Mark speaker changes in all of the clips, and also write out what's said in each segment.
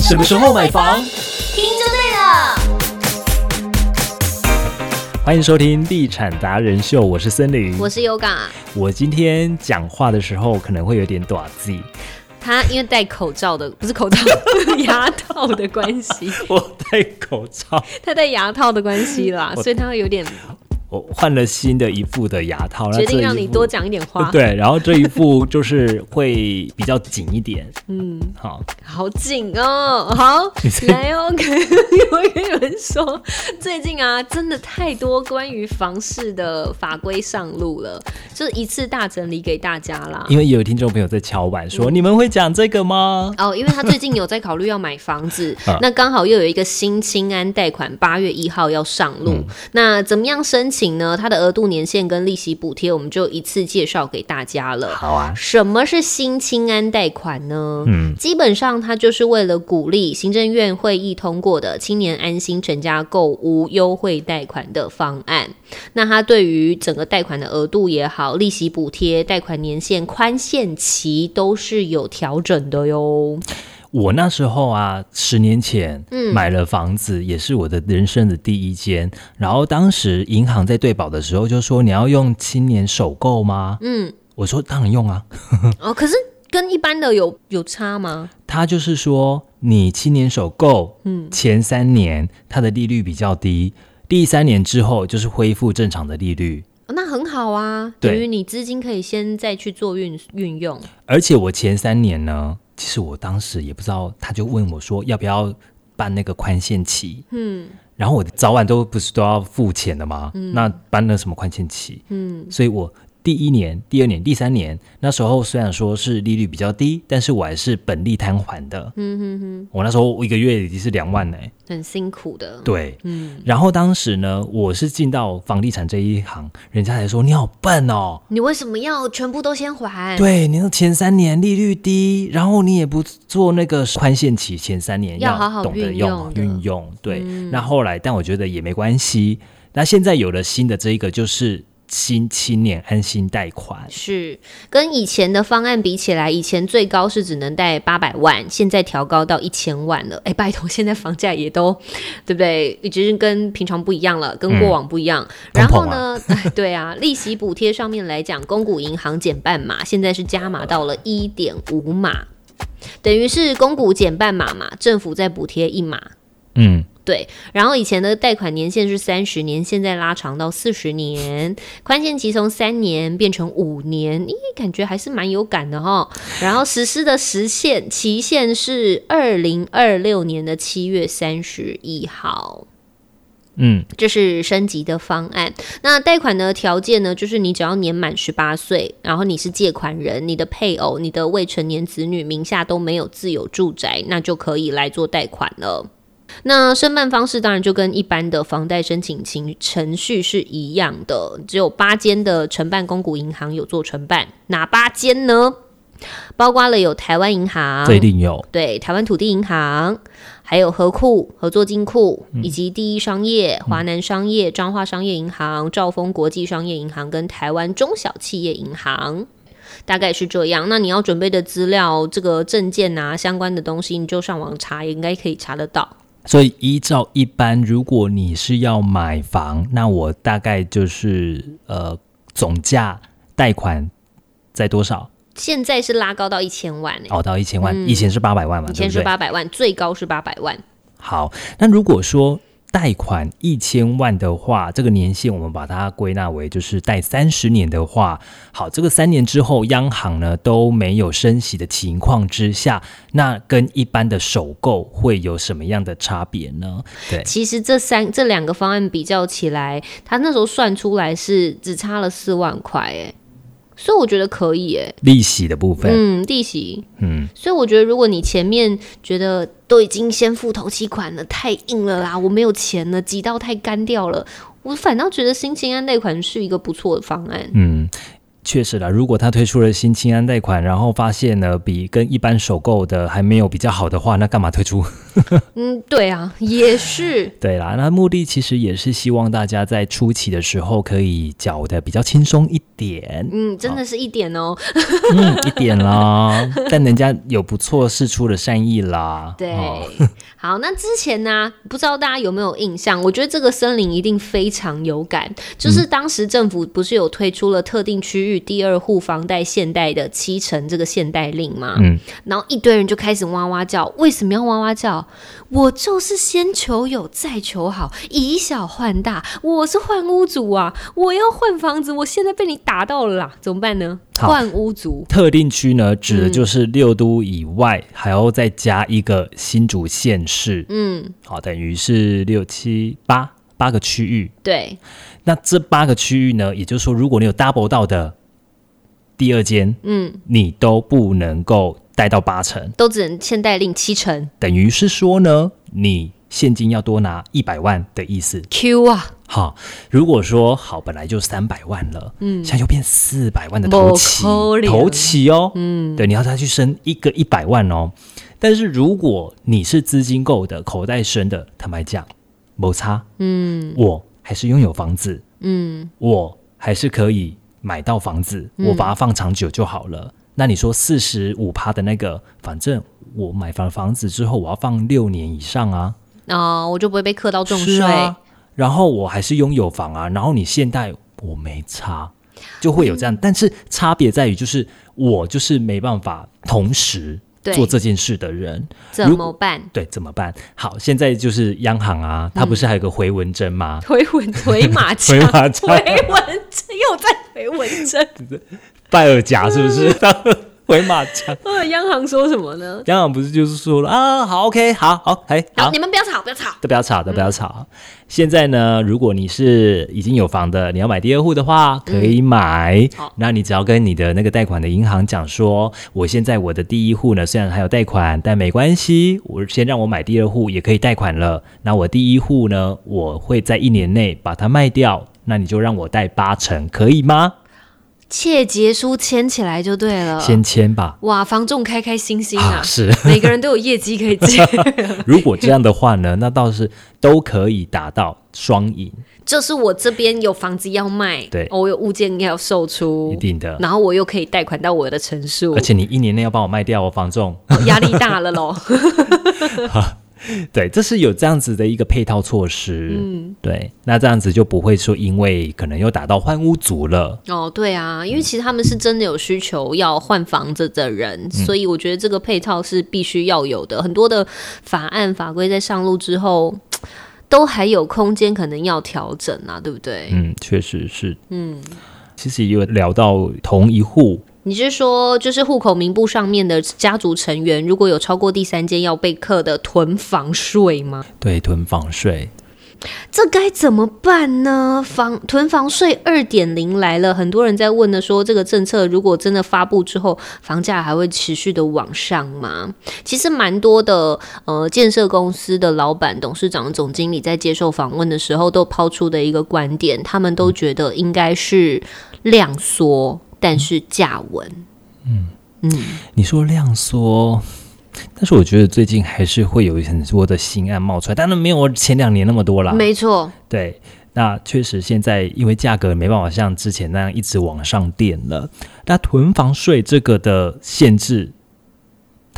Speaker 1: 什么时候买房？
Speaker 2: 听就对了。
Speaker 3: 欢迎收听《地产达人秀》，我是森林。
Speaker 2: 我是 Yoga，
Speaker 3: 我今天讲话的时候可能会有点短 字，
Speaker 2: 他因为戴口罩的，不是口罩， 牙套的关 系，
Speaker 3: 我戴口罩，
Speaker 2: 他戴牙套的关系啦，
Speaker 3: 我
Speaker 2: 所以他会有点
Speaker 3: 我换了新的一副的牙套，那
Speaker 2: 决
Speaker 3: 这
Speaker 2: 定
Speaker 3: 一
Speaker 2: 让你
Speaker 3: 副
Speaker 2: 多讲一点话。，
Speaker 3: 对，然后这一副就是会比较紧一点。嗯，好，
Speaker 2: 好紧哦。好
Speaker 3: 你，在
Speaker 2: 来 哦，跟我跟你们说，最近啊，真的太多关于房市的法规上路了，就是一次大整理给大家啦。
Speaker 3: 因为有听众朋友在敲碗说，
Speaker 2: 嗯
Speaker 3: 你们会讲这个吗？
Speaker 2: 哦，因为他最近有在考虑要买房子
Speaker 3: 啊，
Speaker 2: 那刚好又有一个新青安贷款八月一号要上路，
Speaker 3: 嗯
Speaker 2: 那怎么样申请呢？它的额度、年限跟利息补贴，我们就一次介绍给大家了。
Speaker 3: 好啊，
Speaker 2: 什么是新青安贷款呢？
Speaker 3: 嗯，
Speaker 2: 基本上它就是为了鼓励行政院会议通过的青年安心成家购无优惠贷款的方案。那它对于整个贷款的额度也好、利息补贴、贷款年限、宽限期都是有调整的哟。
Speaker 3: 我那时候啊，十年前买了房子，也是我的人生的第一间。然后当时银行在对保的时候就说：“你要用青年首购吗？”
Speaker 2: 嗯，
Speaker 3: 我说：“当然用啊。
Speaker 2: 哦，可是跟一般的有有差吗？”
Speaker 3: 他就是说，你青年首购，嗯，前三年它的利率比较低，第三年之后就是恢复正常的利率。
Speaker 2: 哦那很好啊，
Speaker 3: 对
Speaker 2: 等于你资金可以先再去做运运用。
Speaker 3: 而且我前三年呢，其实我当时也不知道，他就问我说要不要办那个宽限期，嗯，然后我早晚都不是都要付钱的吗？那办了什么宽限期？嗯，所以我第一年、第二年、第三年那时候虽然说是利率比较低，但是我还是本利摊还的，嗯哼哼，我那时候我一个月已经是两万嘞、
Speaker 2: 很辛苦的，
Speaker 3: 对，嗯，然后当时呢，我是进到房地产这一行，人家还说你好笨哦，
Speaker 2: 你为什么要全部都先还？
Speaker 3: 对，你说前三年利率低，然后你也不做那个宽限期，前三年
Speaker 2: 要好好
Speaker 3: 懂得
Speaker 2: 运
Speaker 3: 用
Speaker 2: 用的嗯
Speaker 3: 运用。对，那后来但我觉得也没关系。那现在有了新的这一个就是新青年安心贷款，
Speaker 2: 是跟以前的方案比起来，以前最高是只能贷八百万，现在调高到一千万了。哎，拜托，现在房价也都对不对？已经跟平常不一样了，跟过往不一样。然后呢， 哎对啊，利息补贴上面来讲，公股银行减半码，现在是加码到了一点五码，等于是公股减半码嘛，政府再补贴一码。
Speaker 3: 嗯，
Speaker 2: 对，然后以前的贷款年限是三十年，现在拉长到四十年，宽限期从三年变成五年，咦，感觉还是蛮有感的哈。然后实施的时限期限是二零二六年的七月三十一号。
Speaker 3: 嗯，
Speaker 2: 这是升级的方案。那贷款的条件呢，就是你只要年满十八岁，然后你是借款人，你的配偶、你的未成年子女名下都没有自有住宅，那就可以来做贷款了。那申办方式当然就跟一般的房贷申请情程序是一样的，只有八间的承办公股银行有做承办，哪八间呢？包括了有台湾银行，
Speaker 3: 这一定嗯有。
Speaker 2: 对，台湾土地银行，还有合库、合作金库，
Speaker 3: 嗯
Speaker 2: 以及第一商业、华南商业、彰化商业银行、兆丰国际商业银行跟台湾中小企业银行。大概是这样，那你要准备的资料、这个证件啊相关的东西，你就上网查，应该可以查得到。
Speaker 3: 所以依照一般，如果你是要买房，那我大概就是呃总价贷款在多少？
Speaker 2: 现在是拉高到一千万、欸，
Speaker 3: 哦，到一千万，以前是八百万嘛，
Speaker 2: 以
Speaker 3: 对
Speaker 2: 前
Speaker 3: 不
Speaker 2: 是
Speaker 3: 对？
Speaker 2: 八百万，最高是八百万。
Speaker 3: 好，那如果说贷款一千万的话，这个年限我们把它归纳为就是贷三十年的话，好，这个三年之后央行呢都没有升息的情况之下，那跟一般的首购会有什么样的差别呢？对，
Speaker 2: 其实这三这两个方案比较起来，他那时候算出来是只差了四万块，哎，所以我觉得可以，哎，
Speaker 3: 利息的部分，
Speaker 2: 嗯，利息。
Speaker 3: 嗯，
Speaker 2: 所以我觉得，如果你前面觉得都已经先付头期款了，太硬了啦，我没有钱了，挤到太干掉了，我反倒觉得新青安贷款是一个不错的方案。
Speaker 3: 嗯，确实啦，如果他推出了新清安贷款，然后发现呢比跟一般首购的还没有比较好的话，那干嘛推出？
Speaker 2: 嗯，对啊，也是。
Speaker 3: 对啦，那目的其实也是希望大家在初期的时候可以缴的比较轻松一 点，
Speaker 2: 嗯，真的是一点哦。
Speaker 3: 嗯，一点啦。但人家有不错试出的善意啦。
Speaker 2: 对，
Speaker 3: 哦
Speaker 2: 好，那之前呢、不知道大家有没有印象？我觉得这个森林一定非常有感，就是
Speaker 3: 嗯
Speaker 2: 当时政府不是有推出了特定区域第二户房贷限贷的七成这个限贷令吗？
Speaker 3: 嗯，
Speaker 2: 然后一堆人就开始哇哇叫，为什么要哇哇叫？我就是先求有再求好，以小换大，我是换屋主啊，我要换房子，我现在被你打到了啦，怎么办呢？
Speaker 3: 好
Speaker 2: 换屋族。
Speaker 3: 特定区呢，指
Speaker 2: 嗯
Speaker 3: 的就是六都以外，还要再加一个新竹县市，
Speaker 2: 嗯，
Speaker 3: 好，等于是六七八八个区域。
Speaker 2: 对，
Speaker 3: 那这八个区域呢，也就是说，如果你有 double 到的第二间，
Speaker 2: 嗯，
Speaker 3: 你都不能够贷到八成，
Speaker 2: 都只能限贷令七成
Speaker 3: 等于是说呢，你现金要多拿一百万的意思。
Speaker 2: Q 啊。
Speaker 3: 好，如果说好本来就三百万了，嗯，现在又变四百万的
Speaker 2: 不
Speaker 3: 头期
Speaker 2: 可，能
Speaker 3: 头期哦，嗯，对，你要再去升一个一百万哦。但是如果你是资金够的，口袋深的，坦白讲，没差，嗯，我还是拥有房子，嗯，我还是可以买到房子，我把它放长久就好了。那你说四十五趴的那个，反正我买房房子之后，我要放六年以上啊，
Speaker 2: 哦，我就不会被课到重
Speaker 3: 是
Speaker 2: 税。
Speaker 3: 啊，然后我还是拥有房啊，然后你现贷我没差，就会有这样。
Speaker 2: 嗯
Speaker 3: 但是差别在于，就是我就是没办法同时
Speaker 2: 对
Speaker 3: 做这件事的人，
Speaker 2: 怎么办？
Speaker 3: 对，怎么办？好，现在就是央行啊，它不是还有个回文针 吗？
Speaker 2: 回文回马 枪，
Speaker 3: 回马枪
Speaker 2: 回文 针又在回文针。
Speaker 3: 拜尔夹是不是？ 回马枪，
Speaker 2: 呃，央行说什么呢？
Speaker 3: 央行不是就是说了啊？好，OK，好好，哎，
Speaker 2: 好，
Speaker 3: 好
Speaker 2: 你，们不要吵，不要吵。
Speaker 3: 都不要吵，都不
Speaker 2: 嗯
Speaker 3: 要吵。现在呢，如果你是已经有房的，你要买第二户的话，可以买。
Speaker 2: 嗯好
Speaker 3: 那你只要跟你的那个贷款的银行讲说，我现在我的第一户呢，虽然还有贷款，但没关系，我先让我买第二户也可以贷款了。那我第一户呢，我会在一年内把它卖掉，那你就让我贷八成，可以吗？
Speaker 2: 切结书签起来就对了。
Speaker 3: 先签吧。
Speaker 2: 哇，房仲开开心心呃 啊，
Speaker 3: 是。
Speaker 2: 每个人都有业绩可以 接，
Speaker 3: 如果这样的话呢，那倒是都可以达到双赢，
Speaker 2: 就是我这边有房子要卖，
Speaker 3: 对
Speaker 2: 哦我有物件要售出，
Speaker 3: 一定的。
Speaker 2: 然后我又可以贷款到哦我的城数
Speaker 3: 而，且你一年内要帮我卖掉哦，房仲。
Speaker 2: 哦压力大了咯。
Speaker 3: 对，这是有这样子的一个配套措施。嗯，对，那这样子就不会说因为可能又打到换屋族了。
Speaker 2: 哦，对啊，因为其实他们是真的有需求要换房子的人，所以我觉得这个配套是必须要有的。很多的法案法规在上路之后，都还有空间可能要调整啊，对不对？
Speaker 3: 嗯，确实是。嗯，其实也有聊到同一户，
Speaker 2: 你是说，就是户口名簿上面的家族成员，如果有超过第三间要被课的囤房税吗？
Speaker 3: 对，囤房税。
Speaker 2: 这该怎么办呢？房囤房税二点零来了，很多人在问呢，说这个政策如果真的发布之后，房价还会持续的往上吗？其实蛮多的呃建设公司的老板、董事长、总经理在接受访问的时候，都抛出的一个观点，他们都觉得应该是量缩，但是价稳。
Speaker 3: 你说量缩，但是我觉得最近还是会有很多的新案冒出来，当然没有前两年那么多啦。
Speaker 2: 没错，
Speaker 3: 对，那确实现在因为价格没办法像之前那样一直往上垫了。那囤房税这个的限制，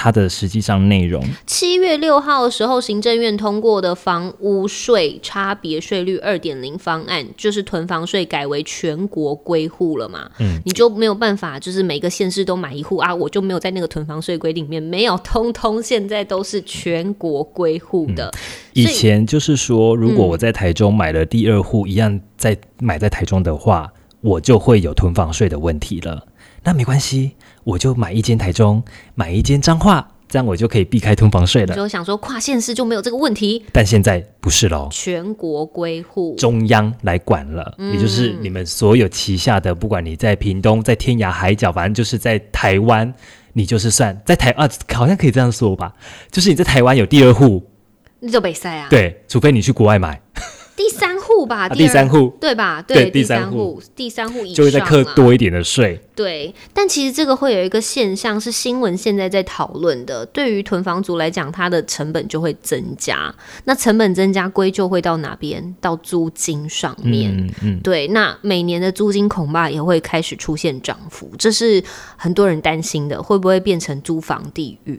Speaker 3: 它的实际上内容，
Speaker 2: 七月六号的时候，行政院通过的房屋税差别税率二点零方案，就是囤房税改为全国归户了嘛。嗯，你就没有办法，就是每个县市都买一户啊，我就没有在那个囤房税规定里面，没有，通通现在都是全国归户的。
Speaker 3: 以
Speaker 2: 所以
Speaker 3: 前就是说，如果我在台中买了第二户，一样在买在台中的话，我就会有囤房税的问题了。那没关系，我就买一间台中，买一间彰化，这样我就可以避开囤房税
Speaker 2: 你
Speaker 3: 了。
Speaker 2: 就想说跨县市就没有这个问题，
Speaker 3: 但现在不是喽。
Speaker 2: 全国归户。
Speaker 3: 中央来管了，
Speaker 2: 嗯
Speaker 3: 也就是你们所有旗下的，不管你在屏东、在天涯海角，反正就是在台湾，你就是算在台啊，好像可以这样说吧，就是你在台湾有第二户，
Speaker 2: 你就北塞啊，
Speaker 3: 对，除非你去国外买，
Speaker 2: 第三户户吧，
Speaker 3: 啊第
Speaker 2: 二
Speaker 3: 三户
Speaker 2: 对吧？
Speaker 3: 对
Speaker 2: 第
Speaker 3: 第三
Speaker 2: 三户，第三户以上啊
Speaker 3: 就会再课
Speaker 2: 啦
Speaker 3: 多一点的税。
Speaker 2: 对，但其实这个会有一个现象是新闻现在在讨论的，对于囤房族来讲，它的成本就会增加。那成本增加归咎会到哪边？到租金上面。
Speaker 3: 嗯嗯，
Speaker 2: 对，那每年的租金恐怕也会开始出现涨幅，这是很多人担心的，会不会变成租房地狱？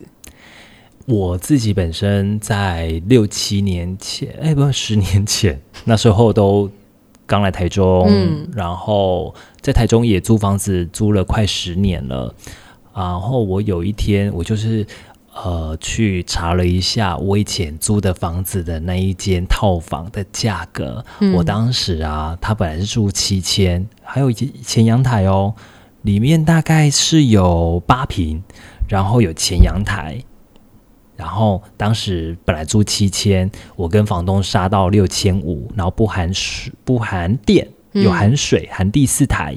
Speaker 3: 我自己本身在六七年前，哎，不，十年前，那时候都刚来台中，
Speaker 2: 嗯
Speaker 3: 然后在台中也租房子，租了快十年了。然后我有一天，我就是呃去查了一下我以前租的房子的那一间套房的价格。我当时啊，它本来是住七千，还有一间前阳台哦，里面大概是有八平，然后有前阳台。然后当时本来租七千，我跟房东杀到六千五，然后不含水、不含电，有含水、含第四台。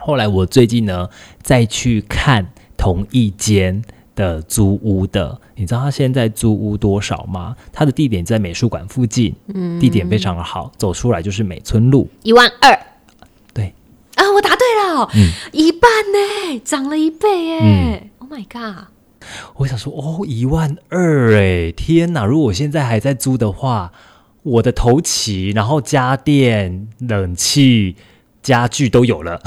Speaker 3: 后来我最近呢再去看同一间的租屋的，你知道他现在租屋多少吗？他的地点在美术馆附近，嗯，地点非常的好，走出来就是美村路，
Speaker 2: 一万二
Speaker 3: 对，嗯
Speaker 2: 啊！我答对了，一半呢，涨了一倍哎、o h my god！
Speaker 3: 我想说，哦，一万二哎，天哪！如果我现在还在租的话，我的头期，然后家电、冷气、家具都有了，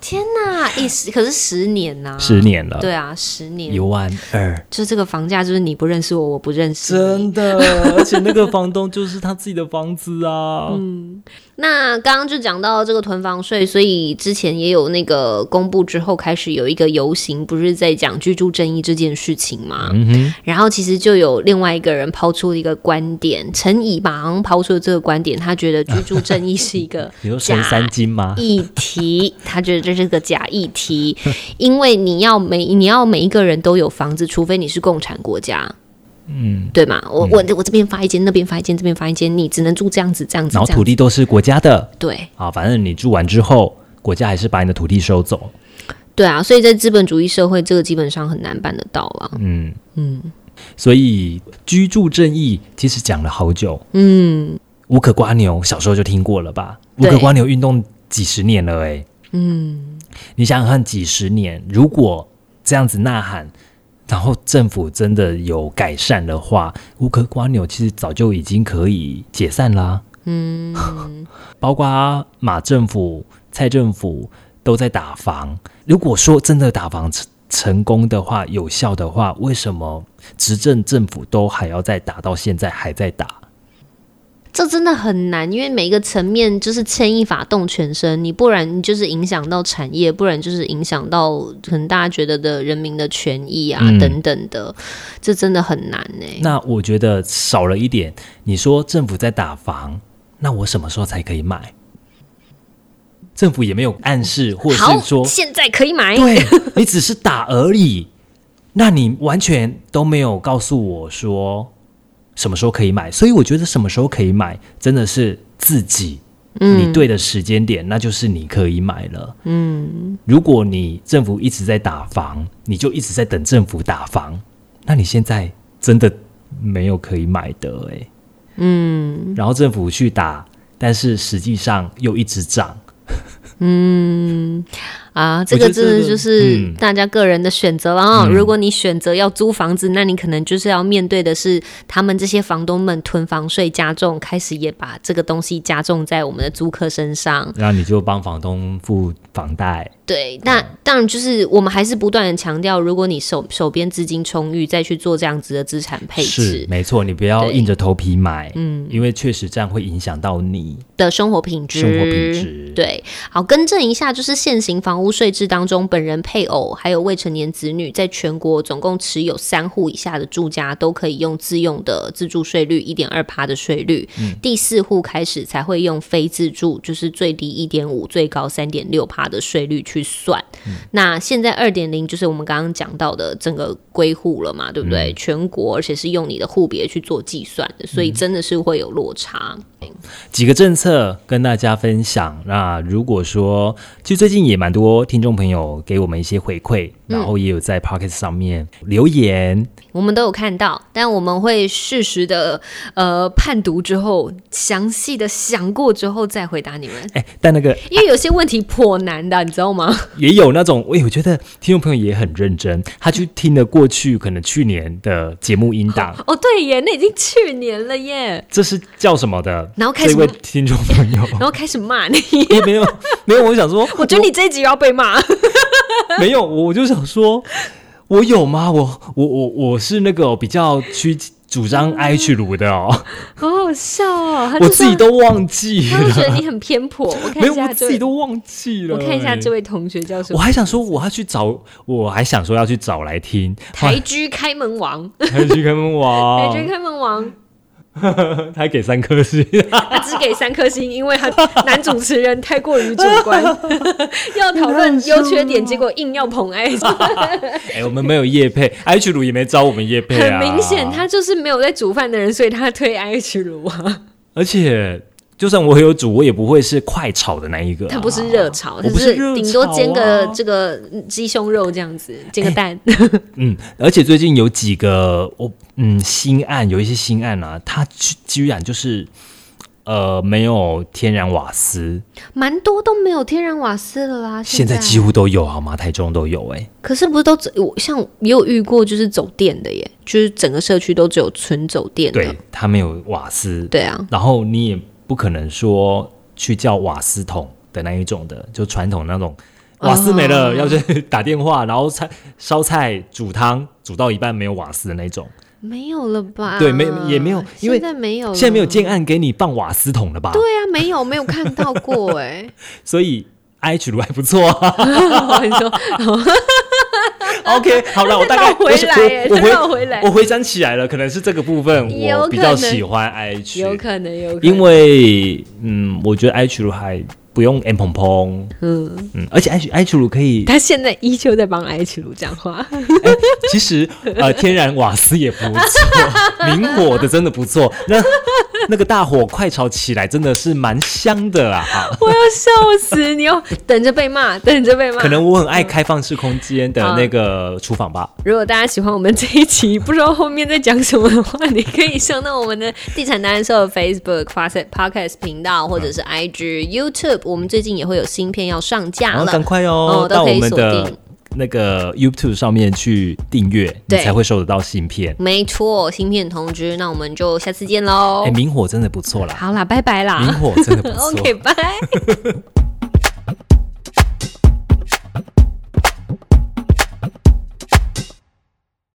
Speaker 2: 天哪，一十可是十年呐、
Speaker 3: 十年了，
Speaker 2: 对啊，十年
Speaker 3: 一万二，
Speaker 2: 就这个房价，就是你不认识我，我不认识你。
Speaker 3: 真的。 而且那个房东就是他自己的房子啊，
Speaker 2: 那刚刚就讲到这个囤房税，所以之前也有那个公布之后开始有一个游行，不是在讲居住正义这件事情吗？
Speaker 3: 嗯哼，
Speaker 2: 然后其实就有另外一个人抛出一个观点，陈以吧，好像抛出了这个观点，他觉得居住正义是一个
Speaker 3: 你说神三金吗？
Speaker 2: 议题，他觉得这是个假议题， 因为你要每你要每一个人都有房子，除非你是共产国家。嗯，对嘛？我我我这边发一间，那边发一间，这边发一间，你只能住这样子，这样子，
Speaker 3: 然后
Speaker 2: 这样
Speaker 3: 土地都是国家的
Speaker 2: 对
Speaker 3: 啊，反正你住完之后，国家还是把你的土地收走。
Speaker 2: 对啊，所以在资本主义社会，这个基本上很难办得到啊。
Speaker 3: 嗯，所以居住正义其实讲了好久。嗯，无可瓜牛小时候就听过了吧？无
Speaker 2: 对
Speaker 3: 可瓜牛运动几十年了、欸，嗯，你想想看，几十年如果这样子呐喊，然后政府真的有改善的话，无可瓜牛其实早就已经可以解散啦、嗯， 包括马政府、蔡政府都在打房。如果说真的打房成成功的话、有效的话，为什么执政政府都还要再打到现在还在打？
Speaker 2: 这真的很难，因为每一个层面就是牵一发动全身，你不然你就是影响到产业，不然就是影响到可能大家觉得的人民的权益啊、
Speaker 3: 嗯
Speaker 2: 等等的，这真的很难欸呢、
Speaker 3: 那我觉得少了一点。你说政府在打房，那我什么时候才可以买？政府也没有暗示，或者
Speaker 2: 好
Speaker 3: 是，说
Speaker 2: 现在可以买，
Speaker 3: 对你只是打而已，那你完全都没有告诉我说什么时候可以买，所以我觉得什么时候可以买真的是自己，你对的时间点，那就是你可以买了。嗯，如果你政府一直在打房，你就一直在等政府打房，那你现在真的没有可以买的哎、嗯，然后政府去打，但是实际上又一直涨，
Speaker 2: 啊，这
Speaker 3: 我觉
Speaker 2: 个
Speaker 3: 得
Speaker 2: 真的
Speaker 3: 这个
Speaker 2: 就是
Speaker 3: 嗯
Speaker 2: 大家个人的选择了啊。如果你选择要租房子，那你可能就是要面对的是他们这些房东们囤房税加重，开始也把这个东西加重在我们的租客身上。
Speaker 3: 然后你就帮房东付房贷。
Speaker 2: 对，那
Speaker 3: 嗯
Speaker 2: 当然就是我们还是不断的强调，如果你手手边资金充裕，再去做这样子的资产配
Speaker 3: 是
Speaker 2: 置
Speaker 3: 没错，你不要
Speaker 2: 对
Speaker 3: 硬着头皮买，嗯，因为确实这样会影响到你。
Speaker 2: 的生活品质。
Speaker 3: 生活品质
Speaker 2: 对，好，更正一下，就是现行房屋税制当中，本人配偶还有未成年子女，在全国总共持有三户以下的住家，都可以用自用的自住税率一点二趴的税率，第四户开始才会用非自住，就是最低一点五，最高三点六趴的税率去算。那现在二点零就是我们刚刚讲到的整个归户了嘛，对不对？全国而且是用你的户别去做计算的，所以真的是会有落差。
Speaker 3: 几个政策跟大家分享。那如果说，其实最近也蛮多听众朋友给我们一些回馈，
Speaker 2: 嗯
Speaker 3: 然后也有在 p o c k e t 上面留言，
Speaker 2: 我们都有看到，但我们会适时的呃判读之后，详细的想过之后再回答你 们，
Speaker 3: 哎、但那个
Speaker 2: 因为有些问题颇难的，你知道吗？
Speaker 3: 也有那种，哎，我觉得听众朋友也很认真，他去听了过去可能去年的节目音档，
Speaker 2: 哦，对耶，那已经去年了 耶，
Speaker 3: 这是叫什么的？
Speaker 2: 然后开
Speaker 3: 这
Speaker 2: 始
Speaker 3: 位听众朋 友，
Speaker 2: 然后开始骂你，
Speaker 3: 也没有没有，我想说，
Speaker 2: 我觉得你这一集要被骂，
Speaker 3: 没有，我就想说，我有吗？我我我我是那个比较趋主张 I 去卤的哦，
Speaker 2: 好好笑哦，嗯他
Speaker 3: 我
Speaker 2: 就
Speaker 3: 自己
Speaker 2: 说
Speaker 3: 都忘记
Speaker 2: 他会觉
Speaker 3: 了，
Speaker 2: 得你很偏 颇，我看
Speaker 3: 没
Speaker 2: 一
Speaker 3: 有，
Speaker 2: 下
Speaker 3: 我
Speaker 2: 这
Speaker 3: 自己
Speaker 2: 位，
Speaker 3: 都忘记了、
Speaker 2: 我看一下这
Speaker 3: 位。
Speaker 2: 位同学叫什
Speaker 3: 我
Speaker 2: 么。
Speaker 3: 还想说，我要去找，我还想说要去找来听
Speaker 2: 台居开门王，
Speaker 3: 台剧开门
Speaker 2: 台
Speaker 3: 王，
Speaker 2: 居开门王，
Speaker 3: 他给三颗星，
Speaker 2: 他只给三颗星，因为他 男主持人太过于主 观，要讨论优缺点，结果硬要捧爱，
Speaker 3: 哎、我们没有叶配，H 卤也没找我们叶配
Speaker 2: 很
Speaker 3: 啊。
Speaker 2: 明显他就是没有在煮饭的人，所以他推 IH 炉啊，
Speaker 3: 而且就算我有煮，我也不会是快炒的那一个、啊
Speaker 2: 他不是热，炒，
Speaker 3: 我
Speaker 2: 他
Speaker 3: 不是热
Speaker 2: 顶多
Speaker 3: 炒
Speaker 2: 煎个
Speaker 3: 啊
Speaker 2: 这个鸡胸肉这样子，煎个蛋，
Speaker 3: 嗯，而且最近有几个我嗯新案，有一些新案啊，它居居然就是呃没有天然瓦斯，
Speaker 2: 蛮多都没有天然瓦斯了啦，
Speaker 3: 现在
Speaker 2: 在
Speaker 3: 几乎都有好吗？台中都有哎、
Speaker 2: 可是不是都只我像也有遇过，就是走电的耶，就是整个社区都只有纯走电的
Speaker 3: 对，，它没有瓦斯，
Speaker 2: 对啊，
Speaker 3: 然后你也不可能说去叫瓦斯桶的那一种的，就传统那种。瓦斯没了，
Speaker 2: 哦
Speaker 3: 要去打电话，然后菜烧菜、煮汤，煮到一半没有瓦斯的那种。
Speaker 2: 没有了吧？
Speaker 3: 对没也没有因为
Speaker 2: 现在没有了，
Speaker 3: 现在没有建案给你放瓦斯桶了吧？
Speaker 2: 哦对啊，没有没有看到过 哎、
Speaker 3: 所以 I H 炉还不错啊。
Speaker 2: 你说
Speaker 3: OK，好了，我大概
Speaker 2: 绕回来耶
Speaker 3: 我
Speaker 2: 再
Speaker 3: 回
Speaker 2: 绕回来
Speaker 3: 我回想起来了，可能是这个部分
Speaker 2: 有可
Speaker 3: 我
Speaker 2: 能
Speaker 3: 比较喜欢 IH，
Speaker 2: 有可能有可能，
Speaker 3: 因为嗯，我觉得 IH 炉还不用 M 蓬蓬，
Speaker 2: 嗯，
Speaker 3: 嗯，而且 IH IH 炉可以，
Speaker 2: 他现在依旧在帮 H 卢讲话，
Speaker 3: 哎其实呃天然瓦斯也不错，明火的真的不错，那那个大火快炒起来真的是蛮香的啊。
Speaker 2: 我要笑死！你要等着被骂，等着被骂。
Speaker 3: 可能我很爱开放式空间
Speaker 2: 嗯
Speaker 3: 的那个厨房吧。
Speaker 2: 如果大家喜欢我们这一集，不知道后面在讲什么的话，你可以上到我们的地产达人秀的 Facebook、Facet Podcast 频道，或者是
Speaker 3: 嗯
Speaker 2: IG、YouTube。我们最近也会有新片要上架
Speaker 3: 然后
Speaker 2: 了，
Speaker 3: 赶快哦，
Speaker 2: 哦
Speaker 3: 到
Speaker 2: 都可
Speaker 3: 我
Speaker 2: 以
Speaker 3: 们
Speaker 2: 锁
Speaker 3: 的
Speaker 2: 定。
Speaker 3: 那个 YouTube 上面去订阅，你
Speaker 2: 对
Speaker 3: 才会收得到新片。
Speaker 2: 没错，新片通知。那我们就下次见喽
Speaker 3: 哎、。明火真的不错啦，
Speaker 2: 哦好啦，拜拜
Speaker 3: 明
Speaker 2: 啦。
Speaker 3: 火真的不错。
Speaker 2: OK，拜。